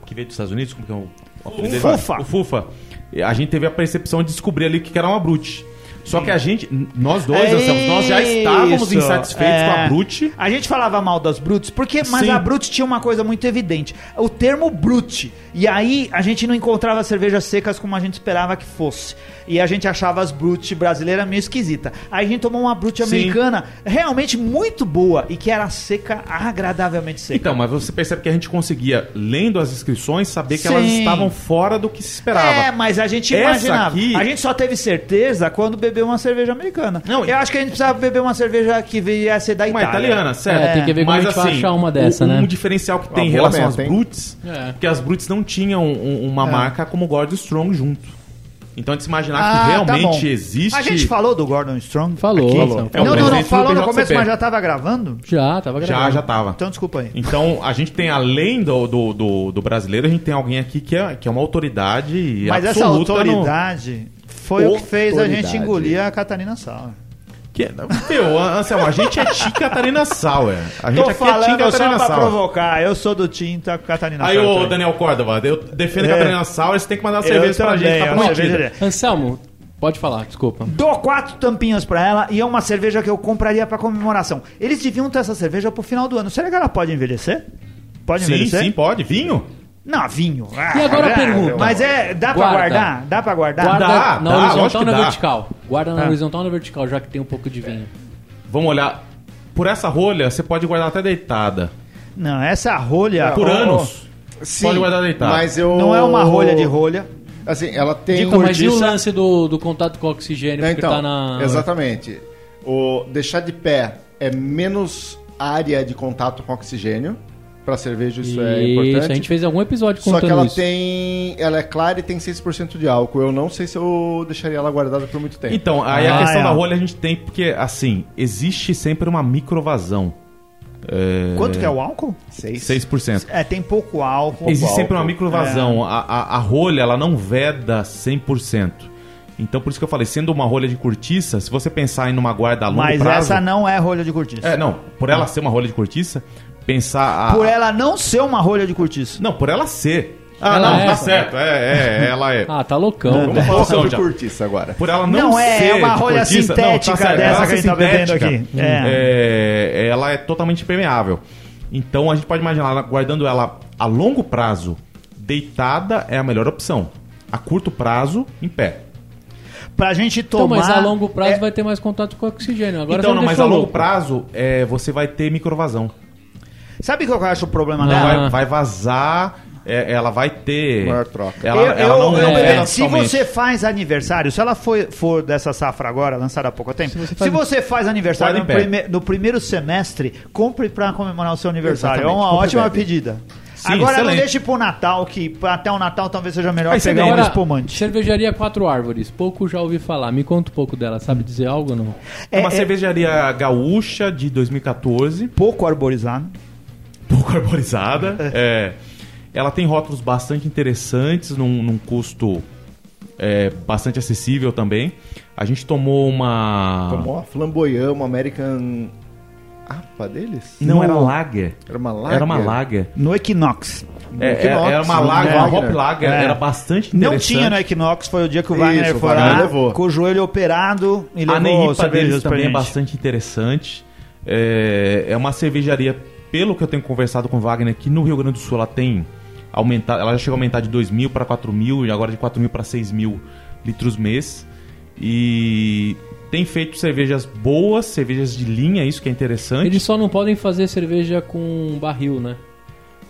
S3: o. Que veio dos Estados Unidos? Como que é o. o apelido dele?
S2: Fufa.
S3: O Fufa. E A gente teve a percepção de descobrir ali que era uma Brute. Só que a gente, n- nós dois,
S2: É
S3: Anselmo, nós já estávamos
S2: isso.
S3: insatisfeitos com
S2: É.
S3: a Brute.
S2: A gente falava mal das Brutes, porque, mas
S3: Sim.
S2: a Brute tinha uma coisa muito evidente: o termo Brute. E aí a gente não encontrava cervejas secas como a gente esperava que fosse. E a gente achava as Brute brasileiras meio esquisita. Aí a gente tomou uma Brute
S3: Sim.
S2: americana realmente muito boa e que era seca, agradavelmente seca.
S3: Então, mas você percebe que a gente conseguia, lendo as inscrições, saber que elas
S2: Sim.
S3: estavam fora do que se esperava.
S2: É, mas a gente
S3: Essa
S2: imaginava.
S3: aqui-
S2: A gente só teve certeza quando bebeu uma cerveja americana.
S3: Não, e-
S2: Eu acho que a gente precisava beber uma cerveja que viesse da
S3: Uma
S2: Itália.
S3: italiana, certo.
S1: É, tem que ver como
S3: Mas,
S1: a gente vai
S3: assim,
S1: achar uma dessa,
S3: o-
S1: né?
S3: Um diferencial que tem em
S4: boa
S3: relação
S4: meta,
S3: às
S4: hein?
S3: Brutes,
S1: É.
S3: que as Brutes não tinham um- uma
S2: É.
S3: marca como Gordon Strong junto. Então, de se imaginar
S2: Ah,
S3: que
S2: tá
S3: realmente
S2: bom.
S3: existe...
S2: A gente falou do Gordon Strong?
S1: Falou, Anselmo,
S3: É um
S2: não, não, não,
S3: presente do
S2: falou no
S3: PJCP.
S2: começo, mas já tava gravando?
S1: Já, tava
S3: Já,
S1: gravando.
S3: já tava.
S2: Então desculpa aí.
S3: Então, a gente tem, além do, do, do, do brasileiro, a gente tem alguém aqui que é, que é uma autoridade
S2: Mas essa
S3: absoluta no-
S2: autoridade foi o que fez a gente
S4: Autoridade.
S2: engolir a Catarina Sauer.
S3: Que, meu, Anselmo, a gente é Tim Catarina Sauer. A gente
S2: Tô
S3: aqui é Tim
S2: falando só
S3: Catarina
S2: pra
S3: Sauer.
S2: provocar, eu sou do tinta Catarina
S3: Aí,
S2: Sauer.
S3: ô Daniel Córdova, eu defendo
S2: É.
S3: a Catarina Sauer, você tem que mandar
S2: eu
S3: cerveja pra
S2: também,
S3: gente,
S2: é
S3: tá
S2: uma
S3: prometida.
S2: cerveja-
S1: Anselmo, pode falar, desculpa.
S2: Dou quatro tampinhas pra ela e é uma cerveja que eu compraria pra comemoração. Eles deviam ter essa cerveja pro final do ano. Será que ela pode envelhecer? Pode
S3: Sim,
S2: envelhecer?
S3: sim, pode. Vinho?
S2: Não, vinho.
S1: E agora a
S2: Ah,
S1: pergunta.
S2: Mas é, dá pra
S1: Guarda.
S2: guardar? Dá pra guardar?
S1: Guarda
S3: dá,
S1: na
S3: dá, lógico
S1: horizontal
S3: que
S1: e na
S3: dá.
S1: vertical. Guarda na
S2: Tá.
S1: horizontal e na vertical, já que tem um pouco de vinho.
S3: Vamos olhar. Por essa rolha, você pode guardar até deitada.
S2: Não, essa rolha...
S3: Por
S2: ó,
S3: anos.
S4: Sim,
S3: Pode guardar deitado.
S4: Mas eu...
S2: Não é uma rolha de rolha.
S4: Assim, ela tem
S1: Então, mas e o
S4: cortiça-
S1: lance do, do contato com o oxigênio
S4: Não,
S1: porque
S4: então,
S1: tá na.
S4: exatamente. O deixar de pé é menos área de contato com oxigênio. Para cerveja isso,
S1: Isso,
S4: é importante.
S1: a gente fez algum episódio
S4: Só
S1: contando
S4: que ela
S1: isso.
S4: tem, ela é clara e tem 6% de álcool. Eu não sei se eu deixaria ela guardada por muito tempo.
S3: Então, aí
S2: Ah,
S3: a questão
S2: é.
S3: da rolha a gente tem, porque, assim, existe sempre uma microvazão. É,
S2: Quanto que é o álcool?
S3: 6%.
S2: É, um tem pouco álcool.
S3: Existe sempre uma
S4: álcool.
S3: microvazão.
S2: É.
S3: A, a, a rolha, ela não veda 100%. Então, por isso que eu falei, sendo uma rolha de cortiça, se você pensar em uma guarda a um longo
S2: Mas
S3: prazo...
S2: essa não é rolha de cortiça.
S3: É, não. Por ela ser uma rolha de cortiça, pensar... A,
S2: Por ela não ser uma rolha de cortiça.
S3: Não, por ela ser. Ah,
S1: Ela
S3: não,
S1: é.
S3: tá certo. É, é, ela é.
S1: Ah, tá loucão.
S3: Vamos
S1: velho.
S3: falar
S4: Pouco
S3: assim,
S4: de
S3: já.
S4: cortiça agora.
S3: Por ela não,
S2: Não, é,
S3: ser tipo
S2: é uma
S3: de
S2: rolha
S3: cortiça-
S2: sintética dessa
S3: certo, tá ela
S2: que a gente tá
S3: sintética, Hum.
S2: bebendo aqui.
S3: É, ela é totalmente permeável. Então a gente pode imaginar, ela- guardando ela a longo prazo, deitada é a melhor opção. A curto prazo, em pé.
S2: Pra gente tomar...
S1: Então, mas a longo prazo
S2: é-
S1: vai ter mais contato com o oxigênio. Agora
S3: então,
S1: você
S3: não, mas a
S1: deixou
S3: longo
S1: louco.
S3: prazo é, você vai ter microvazão.
S2: Sabe o que eu acho o problema
S1: Não,
S2: dela?
S1: Ah.
S3: Vai, vai vazar, é, ela vai ter.
S4: Maior troca.
S3: Ela,
S2: Eu-
S3: ela
S2: eu-
S3: não,
S2: eu-
S3: não
S2: é,
S3: veda
S2: se
S3: totalmente.
S2: você faz aniversário, se ela for, for dessa safra agora, lançada há pouco tempo, se você faz, aniversário no,
S3: Guarda em pé.
S2: prime- no primeiro semestre, compre pra comemorar o seu aniversário.
S4: Exatamente,
S2: É uma
S4: compre
S2: ótima
S4: bebe.
S2: pedida.
S3: Sim,
S2: agora não
S3: excelente.
S2: deixe pro Natal, que pra- até o Natal talvez seja melhor
S3: Aí você
S2: pegar um
S3: ganha.
S2: espumante.
S1: Cervejaria Quatro Árvores. Pouco já ouvi falar. Me conta um pouco dela. Sabe dizer algo ou não?
S3: É uma
S2: É- é
S3: cervejaria gaúcha de 2014.
S2: pouco arborizado.
S3: pouco arborizada. é. Ela tem rótulos bastante interessantes, num, num custo é, bastante acessível também. A gente tomou uma.
S4: Tomou a flamboyant, uma American... Apa deles?
S3: Não, era lager.
S4: Era uma lager?
S3: Era uma lager.
S2: No Equinox.
S3: É,
S4: Equinox,
S3: é- era uma lager,
S4: né?
S3: uma hop lager.
S2: É.
S3: Era bastante interessante.
S2: Não tinha né? no Equinox, foi o dia que o
S4: Isso,
S2: Wagner
S4: o
S2: foi
S4: Wagner
S2: lá,
S4: levou.
S2: com o joelho operado e
S3: A
S2: levou
S3: Neipa
S2: cervejas
S3: deles
S2: pra
S3: também é
S2: gente.
S3: bastante interessante. É, é uma cervejaria, pelo que eu tenho conversado com o Wagner, que no Rio Grande do Sul ela tem aumentado, ela já chegou a aumentar de 2 mil para 4 mil e agora de 4 mil para 6 mil litros mês. E tem feito cervejas boas, cervejas de linha, isso que é interessante.
S1: Eles só não podem fazer cerveja com barril, né?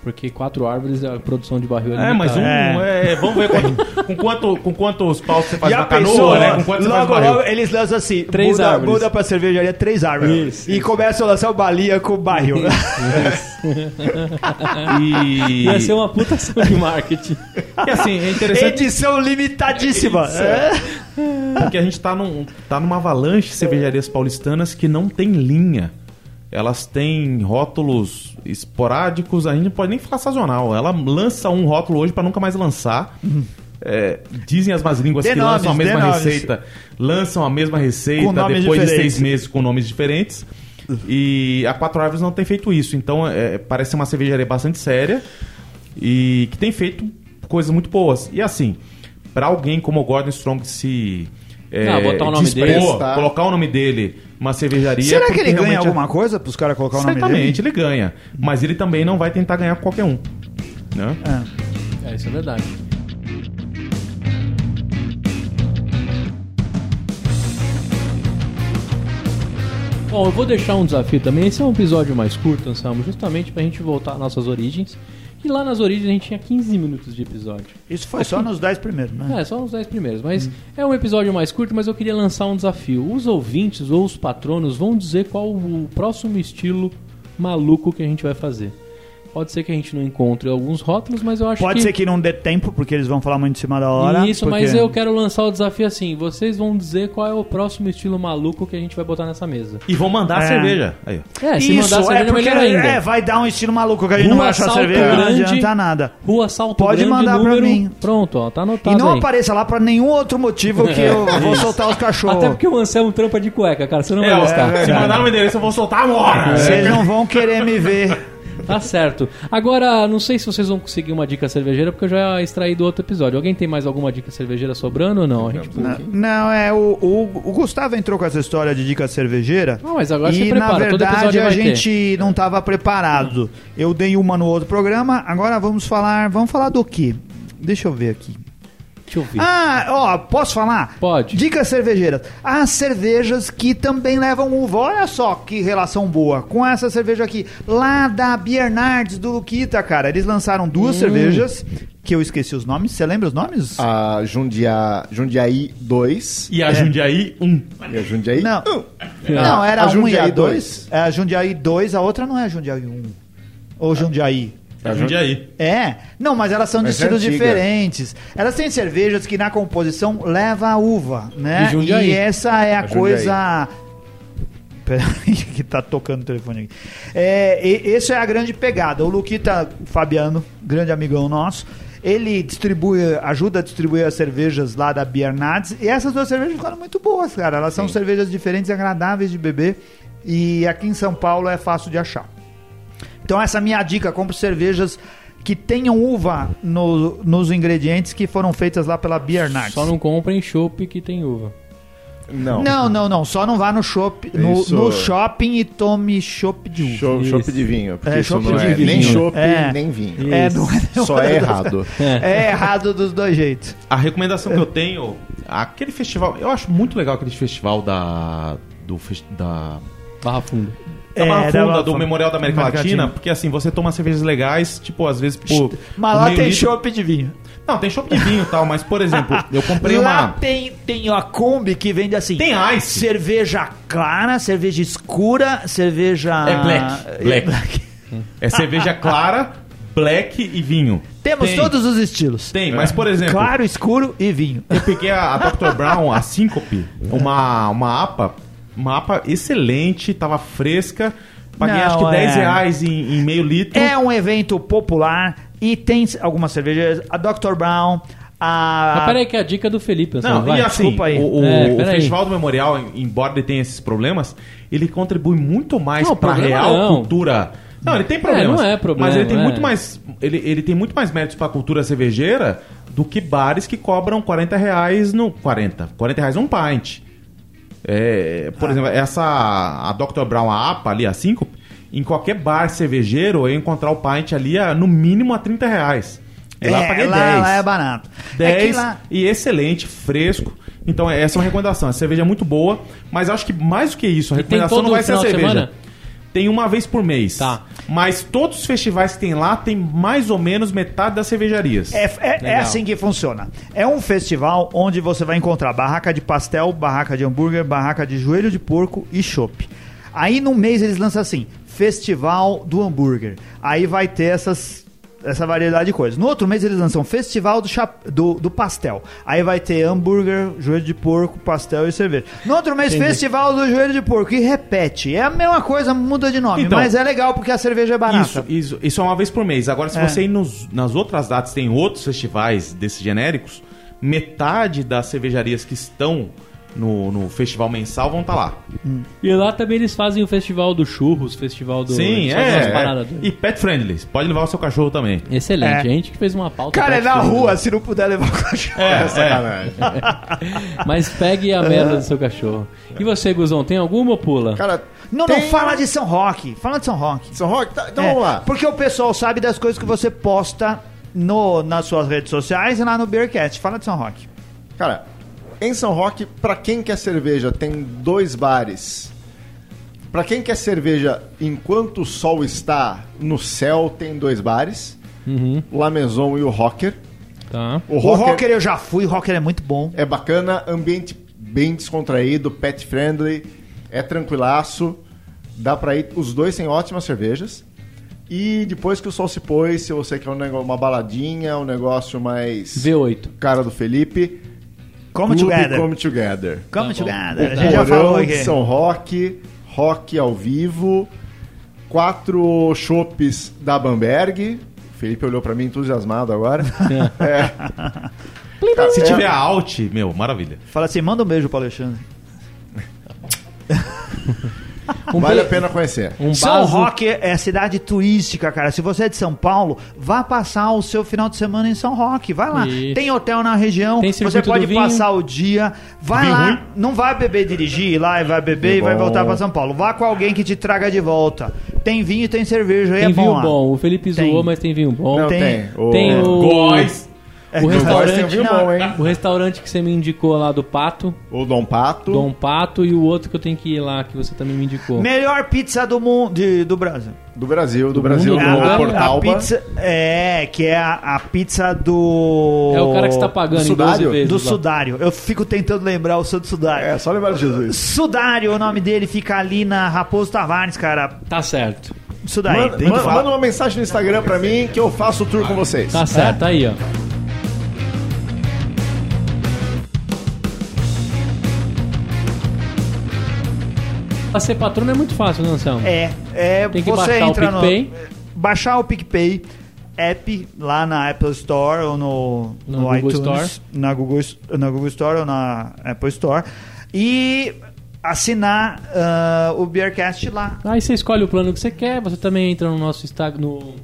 S1: Porque Quatro Árvores, a produção de barril é
S3: É,
S1: limitada.
S3: mas um.
S2: É.
S3: é, vamos ver quanto- com, quanto, com quantos paus você faz
S2: Já
S3: na
S2: pensou,
S3: canoa, né?
S2: ó,
S3: Com quanto você faz
S2: logo,
S3: no barril.
S2: logo eles lançam assim,
S1: Três
S2: muda,
S1: árvores.
S2: muda pra cervejaria três árvores.
S1: Isso,
S2: e começam a lançar o balia com o barril.
S3: E,
S1: Ia ser uma puta ação de marketing.
S3: um- e assim, é interessante.
S2: Edição limitadíssima. É.
S3: Porque a gente tá, num, tá numa avalanche de cervejarias paulistanas que não tem linha. elas têm rótulos esporádicos, a gente não pode nem falar sazonal. Ela lança um rótulo hoje para nunca mais lançar. É, dizem as más línguas
S5: Uhum. Dê
S3: que lançam a
S5: nomes, dê
S3: mesma
S5: nomes.
S3: receita, lançam a mesma receita
S5: Com nomes
S3: depois de
S5: diferentes.
S3: seis meses com nomes diferentes. E a Quatro Árvores não tem feito isso. Então é, parece uma cervejaria bastante séria e que tem feito coisas muito boas. E assim, para alguém como o Gordon Strong se é,
S1: Ah, botar o nome dele.
S3: dispor, colocar o nome dele uma cervejaria
S5: Será que
S3: porque
S5: ele ganha
S3: realmente é-
S5: alguma coisa pros caras colocar o nome dele?
S3: Certamente ele ganha, mas ele também não vai tentar ganhar com qualquer um. Né?
S5: É.
S1: É, isso é verdade. Bom, eu vou deixar um desafio também. Esse é um episódio mais curto, Anselmo, justamente pra gente voltar às nossas origens. E lá nas origens a gente tinha 15 minutos de episódio.
S5: Isso foi só nos 10 primeiros, né?
S1: É, só uns 10 primeiros. Mas é um episódio mais curto, mas eu queria lançar um desafio. Os ouvintes ou os patronos vão dizer qual o próximo estilo maluco que a gente vai fazer. Pode ser que a gente não encontre alguns rótulos, mas eu acho
S5: Pode
S1: que...
S5: ser que não dê tempo, porque eles vão falar muito em cima da hora.
S1: Isso,
S5: porque-
S1: mas eu quero lançar o desafio assim. Vocês vão dizer qual é o próximo estilo maluco que a gente vai botar nessa mesa.
S3: E vão mandar a
S5: É.
S3: cerveja. Aí, ó.
S1: É, se
S5: Isso,
S1: mandar cerveja
S5: é
S1: é
S5: porque
S1: melhor ainda.
S5: é, vai dar um estilo maluco que a gente não
S1: Rua
S5: vai achar
S1: Salto
S5: cerveja, não
S1: Grande.
S5: adianta nada.
S1: Rua Salto
S5: Pode
S1: Grande,
S5: mandar pra
S1: número...
S5: mim.
S1: Pronto, ó, tá
S5: E
S1: anotado
S5: não
S1: aí.
S5: apareça lá pra nenhum outro motivo que eu vou soltar os cachorros.
S1: Até porque o Anselmo trampa de cueca, cara. Você não vai
S3: É, ó,
S1: gostar.
S3: se mandar um endereço, eu vou soltar agora.
S1: É.
S5: Vocês não vão querer me ver.
S1: Tá certo. Agora, não sei se vocês vão conseguir uma dica cervejeira, porque eu já extraí do outro episódio. Alguém tem mais alguma dica cervejeira sobrando ou não? A gente...
S5: Não, Não, é, o, o, o Gustavo entrou com essa história de dica cervejeira.
S1: Não, mas agora
S5: e,
S1: se prepara,
S5: na
S1: todo
S5: verdade
S1: episódio
S5: a
S1: vai
S5: gente não estava preparado. Eu dei uma no outro programa, agora vamos falar, vamos falar do quê? Deixa eu ver aqui.
S1: Deixa eu ver.
S5: Ah, ó, posso falar?
S1: Pode.
S5: Dicas cervejeiras. As cervejas que também levam uva. Olha só que relação boa com essa cerveja aqui. Lá da Biernardes do Luquita, cara. Eles lançaram duas cervejas que eu esqueci os nomes. Você lembra os nomes?
S4: A Jundia, Jundiaí 2
S5: É.
S3: E a Jundiaí, um.
S4: e a Jundiaí
S5: Não.
S4: 1.
S5: Não, era
S4: Uh. A
S5: um e a
S4: Jundiaí
S5: dois.
S4: dois.
S5: É a Jundiaí 2, a outra não é a Jundiaí 1. Ou Jundiaí.
S3: A Jundiaí.
S5: É, não, mas elas são de
S4: Mas é
S5: estilos
S4: antiga.
S5: diferentes. Elas têm cervejas que na composição leva a uva, né?
S1: E Jundiaí.
S5: essa é a,
S4: A Jundiaí.
S5: coisa. Peraí, que tá tocando o telefone aqui. É, e- essa é a grande pegada. O Luquita Fabiano, grande amigão nosso, ele distribui, ajuda a distribuir as cervejas lá da Biernades. E essas duas cervejas ficaram muito boas, cara. Elas são cervejas diferentes, e agradáveis de beber. E aqui em São Paulo é fácil de achar. Então essa é a minha dica, compre cervejas que tenham uva no- nos ingredientes que foram feitas lá pela Biernards.
S1: Só não comprem chopp que tem uva.
S4: Não.
S5: não, não, não, só não vá no, shop, no,
S4: Isso.
S5: no shopping e tome chopp de uva.
S4: Show,
S1: Isso.
S4: chopp de vinho. Porque
S5: É,
S4: isso
S5: chopp
S4: não
S5: de
S4: é
S1: vinho.
S4: nem chopp,
S5: É.
S4: nem vinho.
S5: É,
S1: Isso.
S5: não é,
S4: Só é errado.
S5: é errado dos dois jeitos.
S3: A recomendação que eu tenho, aquele festival, eu acho muito legal aquele festival da. Do, fes- da
S1: Barra funda.
S3: da
S5: É,
S3: Barra
S5: da
S3: Funda,
S5: Barra
S3: do
S5: Funda.
S3: Memorial da América
S5: América
S3: Latina,
S5: Latina.
S3: porque assim, você toma cervejas legais, tipo, às vezes por.
S5: Mas
S3: por
S5: lá
S3: meio
S5: tem
S3: litro.
S5: chopp de vinho.
S3: Não, tem chopp de vinho e tal, mas por exemplo, eu comprei
S5: lá
S3: uma.
S5: tem, tem a Kombi que vende assim.
S3: Tem ice.
S5: Cerveja clara, cerveja escura, cerveja...
S3: É
S5: Ah,
S3: black. Black. É cerveja clara, black e vinho.
S5: Temos
S3: Tem,
S5: todos os estilos.
S3: Tem, mas por exemplo,
S5: Claro, escuro e vinho.
S3: eu peguei a, a Dr. Brown, a Síncope, uma, uma APA, uma APA excelente, tava fresca. Paguei
S5: Não,
S3: acho que 10
S5: é.
S3: reais em, em meio litro.
S5: É um evento popular e tem algumas cervejas. A Dr. Brown, a. Ah.
S1: Mas peraí que é a dica é do Felipe, Anselmo.
S3: Não,
S1: vai.
S3: e assim,
S5: desculpa aí.
S3: o, o-
S1: É,
S3: o
S1: peraí.
S3: Festival do Memorial, em- embora ele tenha esses problemas, ele contribui muito mais
S1: Não,
S3: para a
S1: problema
S3: real
S1: não.
S3: cultura. Não, ele tem problemas.
S1: não é problema,
S3: Mas ele tem
S1: é.
S3: muito mais, ele, ele tem muito mais méritos para a cultura cervejeira do que bares que cobram 40 reais no 40, 40 reais um pint. É,
S1: Ah.
S3: por exemplo, essa a Dr. Brown, a APA ali, a 5, em qualquer bar cervejeiro eu ia encontrar o pint ali a, no mínimo a 30 reais. E lá eu paguei
S5: lá,
S3: 10.
S5: lá é barato. É
S3: 10
S5: que lá.
S3: e excelente, fresco. Então essa é uma recomendação. A cerveja é muito boa, mas acho que mais do que isso, a
S1: E tem
S3: recomendação
S1: todo
S3: não vai ser a
S1: final de
S3: cerveja.
S1: semana?
S3: Tem uma vez por mês.
S1: Tá.
S3: Mas todos os festivais que tem lá tem mais ou menos metade das cervejarias.
S5: É, é- é
S3: Legal.
S5: assim que funciona. É um festival onde você vai encontrar barraca de pastel, barraca de hambúrguer, barraca de joelho de porco e chopp. Aí num mês eles lançam assim: Festival do Hambúrguer. Aí vai ter essas essa variedade de coisas. No outro mês eles lançam Festival do, Cha- do, do Pastel. Aí vai ter hambúrguer, joelho de porco, pastel e cerveja. No outro mês, Festival do Joelho de Porco. E repete. É a mesma coisa, muda de nome.
S3: Então,
S5: mas é legal porque a cerveja é barata.
S3: Isso, isso, isso é uma vez por mês. Agora, se
S5: É.
S3: você ir nos- nas outras datas, tem outros festivais desses genéricos, metade das cervejarias que estão no, no festival mensal vão estar lá.
S1: E lá também eles fazem o festival do churros, festival do.
S3: Sim,
S1: eles
S3: é.
S1: fazem umas
S3: é.
S1: paradas doidas.
S3: E pet friendly. Pode levar o seu cachorro também.
S1: Excelente,
S5: É.
S1: a gente que fez uma pauta.
S5: Cara, é na
S1: praticamente.
S5: rua, se não puder levar o cachorro.
S3: É,
S4: sacanagem.
S1: Mas pegue a merda do seu cachorro. E você, Guzão, tem alguma ou pula?
S4: Cara,
S5: Não, não,
S4: tem-
S5: fala de São Roque. Fala de São Roque.
S4: São Roque? Tá, então
S5: É,
S4: vamos lá.
S5: Porque o pessoal sabe das coisas que você posta no, nas suas redes sociais e lá no Beercast. Fala de São Roque.
S4: Cara, em São Roque, pra quem quer cerveja, tem dois bares. Pra quem quer cerveja enquanto o sol está no céu, tem dois bares.
S1: Uhum,
S4: La Maison e o Rocker.
S1: tá.
S4: O
S5: O
S4: Rocker,
S5: Rocker eu já fui, o Rocker é muito bom.
S4: é bacana, ambiente bem descontraído, pet friendly, é tranquilaço. Dá pra ir. Os dois têm ótimas cervejas. E depois que o sol se pôs, se você quer um nego- uma baladinha, um negócio mais.
S1: V8.
S4: Cara do Felipe.
S5: Come
S4: Clube
S5: together.
S4: Come
S5: Come,
S4: Together.
S1: Tá bom.
S5: together. A gente já falou
S4: Porão de
S5: aqui.
S4: São Roque, rock ao vivo, quatro chopes da Bamberg. O Felipe olhou pra mim entusiasmado agora. É,
S3: Se
S4: É.
S3: tiver a alt, meu, maravilha.
S5: Fala assim, manda um beijo pro Alexandre.
S1: Um
S4: vale a
S1: be-
S4: pena conhecer.
S1: Um
S5: São
S1: baso-
S5: Roque é cidade turística, cara. Se você é de São Paulo, vá passar o seu final de semana em São Roque. Vai lá.
S1: Isso.
S5: Tem hotel na região,
S1: Tem
S5: você
S1: circuito do
S5: pode
S1: vinho.
S5: passar o dia. Vai
S3: Vinho
S5: lá,
S3: ruim.
S5: não vai beber e dirigir ir lá e vai beber e vai
S4: bom.
S5: voltar pra São Paulo. Vá com alguém que te traga de volta. Tem vinho e tem cerveja, aí
S1: Tem
S5: é bom
S1: vinho
S5: lá.
S1: bom. O Felipe
S5: Tem.
S1: zoou, mas tem vinho bom.
S4: Não,
S1: tem
S4: tem.
S5: tem-
S4: O...
S1: tem o.
S3: Góis.
S1: O
S4: Góis tem
S1: um restaurante.
S4: vinho
S5: É, não.
S4: bom, hein?
S1: O restaurante que você me indicou lá do Pato,
S4: O Dom Pato.
S1: Dom Pato, e o outro que eu tenho que ir lá, que você também me indicou.
S5: Melhor pizza do mundo de- do Brasil.
S4: Do Brasil, do, Brasil,
S1: mundo,
S4: do
S1: né?
S4: Portalba.
S5: Hum, pizza é que é a, a pizza do
S1: É o cara que está pagando
S4: do
S1: em 12
S4: sudário?
S1: vezes.
S5: do
S1: lá.
S5: Sudário. Eu fico tentando lembrar o seu do Sudário.
S4: É, só lembrar de Jesus.
S5: Sudário, o nome dele fica ali na Raposo Tavares, cara.
S1: Tá certo.
S5: Sudário.
S4: Manda,
S5: tem que
S4: manda-
S5: falar.
S4: manda uma mensagem no Instagram pra mim que eu faço o tour com vocês.
S1: Tá certo, aí, ó. Pra ser patrono é muito fácil, né, Anselmo?
S5: É, é
S1: Tem que
S5: você
S1: baixar o
S5: entra no
S1: PicPay.
S5: baixar o PicPay app lá na Apple Store ou no,
S1: Na
S5: no
S1: Google
S5: iTunes,
S1: Store.
S5: na Google na Google Store ou na Apple Store e assinar ah, o Beercast lá.
S1: Aí você escolhe o plano que você quer, você também entra no nosso Instagram, no...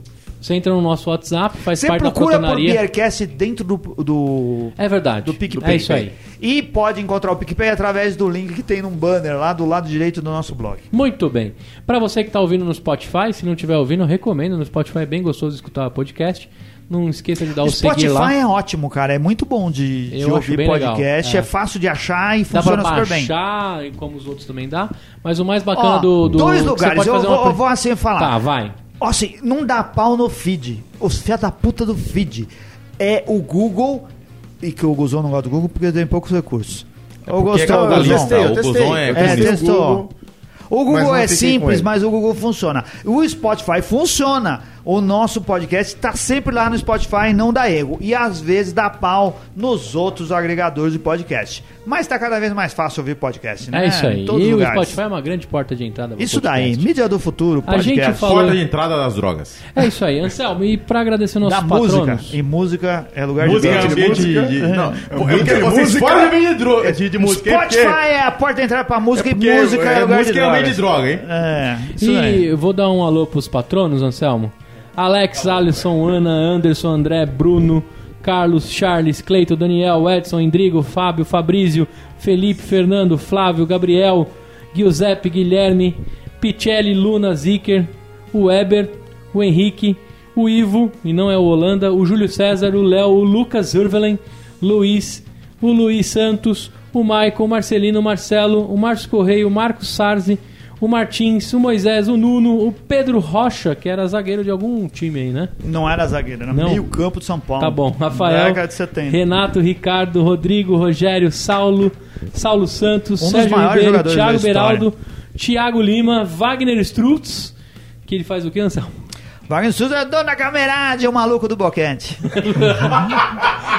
S1: você entra no nosso WhatsApp, faz
S5: Você
S1: parte da
S5: procura por
S1: patronaria.
S5: Beercast dentro do do
S1: É verdade.
S5: do PicPay.
S1: É isso aí.
S5: E pode encontrar o PicPay através do link que tem num banner lá do lado direito do nosso blog.
S1: Muito bem. Pra você que tá ouvindo no Spotify, se não tiver ouvindo, eu recomendo. No Spotify é bem gostoso escutar podcast. Não esqueça de dar o seguir
S5: Spotify
S1: Então, lá.
S5: é ótimo, cara. É muito bom de, de
S1: Eu acho
S5: ouvir
S1: bem
S5: podcast.
S1: legal, é.
S5: É. fácil de achar e
S1: Dá pra
S5: funciona super bem.
S1: baixar, e como os outros também dá. Mas o mais bacana
S5: Ó,
S1: do, do.
S5: dois
S1: que você
S5: lugares,
S1: pode
S5: eu
S1: fazer é
S5: vou,
S1: uma-
S5: eu vou assim falar.
S1: Tá, vai.
S5: Ó, assim, não dá pau no feed. Os filha da puta do feed. É o Google, e que o Guzão não gosta do Google porque tem poucos recursos. Ô,
S3: é
S5: Gustavo,
S3: o
S4: eu
S3: Guzão.
S5: Guzão.
S4: testei, eu
S3: O
S4: testei.
S3: Guzão é
S4: Eu
S5: É,
S4: testei o
S5: testou.
S4: Google.
S5: O
S4: mas
S5: Google
S4: não
S5: é
S4: fiquei com
S5: simples,
S4: ele.
S5: mas o Google funciona. O Spotify funciona. O nosso podcast está sempre lá no Spotify, não dá erro. E às vezes dá pau nos outros agregadores de podcast. Mas tá cada vez mais fácil ouvir podcast, né?
S1: É isso aí.
S5: Em todos os
S1: e o
S5: lugares.
S1: Spotify é uma grande porta de entrada. pro
S5: Isso daí,
S1: podcast.
S5: mídia do futuro,
S1: A gente
S5: podcast.
S1: Falou.
S3: Porta de entrada das drogas.
S1: É isso aí, Anselmo. E pra agradecer nossos
S5: da
S1: patronos.
S5: música. E música é lugar
S3: Música,
S5: de
S3: ambiente de... de- Não, eu quero
S4: de
S3: vocês
S4: música.
S3: fora de ambiente de droga, de, de música.
S5: Spotify
S3: porque-
S5: é a porta de entrada pra música
S3: porque
S5: e música é,
S3: é,
S5: lugar
S3: música
S5: de
S3: é
S5: drogas.
S3: ambiente de droga, hein?
S5: É, isso
S1: E
S5: aí.
S1: eu vou dar um alô pros patronos, Anselmo. Alex, Alisson, Ana, Anderson, André, Bruno, Carlos, Charles, Cleito, Daniel, Edson, Indrigo, Fábio, Fabrício, Felipe, Fernando, Flávio, Gabriel, Giuseppe, Guilherme, Pichelli, Luna, Zicker, o Weber, o Henrique, o Ivo, e não é o Holanda, o Júlio César, o Léo, o Lucas Urvelen, Luiz, o Luiz Santos, o Maicon, o Marcelino, o Marcelo, o Márcio Correia, o Marcos Sarzi, o Martins, o Moisés, o Nuno, o Pedro Rocha, que era zagueiro de algum time aí, né?
S5: Não era zagueiro, era
S1: Não.
S5: meio campo de São Paulo.
S1: Tá bom. Rafael,
S5: Década de 70.
S1: Renato, Ricardo, Rodrigo, Rogério, Saulo, Saulo Santos,
S5: Um dos
S1: Sérgio
S5: maiores
S1: Ribeiro,
S5: jogadores da
S1: Thiago
S5: história.
S1: Beraldo, Thiago Lima, Wagner Strutz, que ele faz o que, Anselmo?
S5: Wagner Souza é dono da camerade, é o maluco do boquete.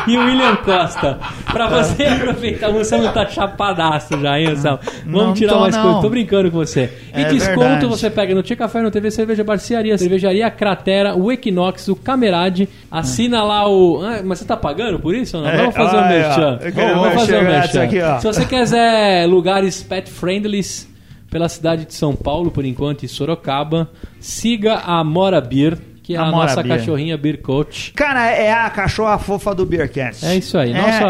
S1: E o William Costa. Pra você
S5: É.
S1: aproveitar, o Anselmo tá chapadaço já, hein, Anselmo? Vamos
S5: Não
S1: tirar
S5: tô,
S1: mais
S5: não.
S1: coisa, tô brincando com você. E
S5: É
S1: desconto
S5: verdade.
S1: você pega no Tia Café, no TV, Cerveja Barciaria, Cervejaria Cratera, o Equinox, o Camerade. Assina lá o. Ah, mas você tá pagando por isso ou não?
S5: É,
S1: Vamos fazer um
S5: olha,
S1: merchan.
S5: eu quero
S1: Vamos fazer um
S5: merchan
S1: merchan.
S5: aqui, ó.
S1: Se você quiser lugares pet friendlies pela cidade de São Paulo, por enquanto, e Sorocaba, siga a Mora Beer, que é a,
S5: Amora
S1: nossa
S5: Beer.
S1: cachorrinha Beer Coach.
S5: Cara, é a cachorra fofa do Beercat.
S1: É isso aí, nossa-
S5: é,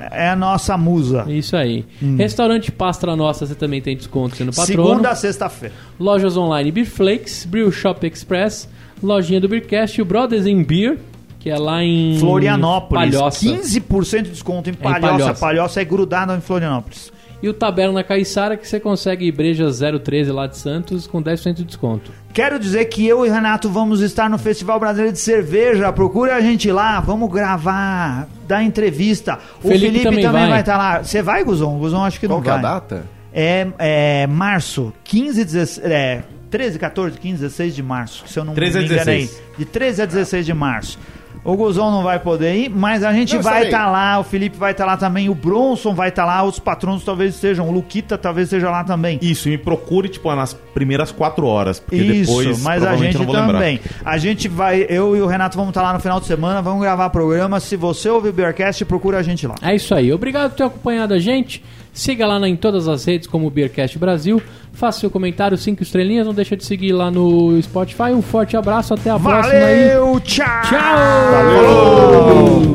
S1: nossa-
S5: É a nossa musa.
S1: Isso aí. Restaurante Pastra Nossa, você também tem desconto sendo patrono.
S5: Segunda a sexta-feira.
S1: Lojas online Beer Flakes, Brew Shop Express, lojinha do Beercast, o Brothers in Beer, que é lá em
S5: Florianópolis.
S1: Palhoça.
S5: 15% de desconto em Palhoça.
S1: Palhoça.
S5: Palhoça. é grudado em Florianópolis.
S1: E o Taberna Caiçara, que você consegue Breja 013 lá de Santos com 10% de desconto.
S5: Quero dizer que eu e Renato vamos estar no Festival Brasileiro de Cerveja. Procura a gente lá, vamos gravar, dar entrevista. O
S1: Felipe
S5: Felipe,
S1: também
S5: também,
S1: vai.
S5: vai estar lá. Você vai, Guzon? Guzon acho que
S4: Qual
S5: não
S4: que é a
S5: vai.
S4: data?
S5: É, é março, 15, 16, é, 13, 14, 15, 16 de março, se eu não
S3: 13 a
S5: me enganei.
S3: 16.
S5: De 13 a 16 de março. O Guzon não vai poder ir, mas a gente
S4: Não,
S5: vai
S4: estarei.
S5: estar lá, o Felipe vai estar lá também, o Bronson vai estar lá, outros patronos talvez estejam, o Luquita talvez esteja lá também.
S3: Isso, e me procure, tipo, nas primeiras quatro horas, porque depois
S5: mas a
S3: provavelmente
S5: gente
S3: eu não vou
S5: também.
S3: lembrar.
S5: A gente vai, eu e o Renato vamos estar lá no final de semana, vamos gravar programa. Se você ouvir o Beercast, procura a gente lá.
S1: É isso aí. Obrigado por ter acompanhado a gente. Siga lá na- em todas as redes como Beercast Brasil. Faça seu comentário, cinco estrelinhas. Não deixa de seguir lá no Spotify. Um forte abraço, até a próxima aí.
S5: Valeu, tchau!
S1: Tchau!
S5: Falou!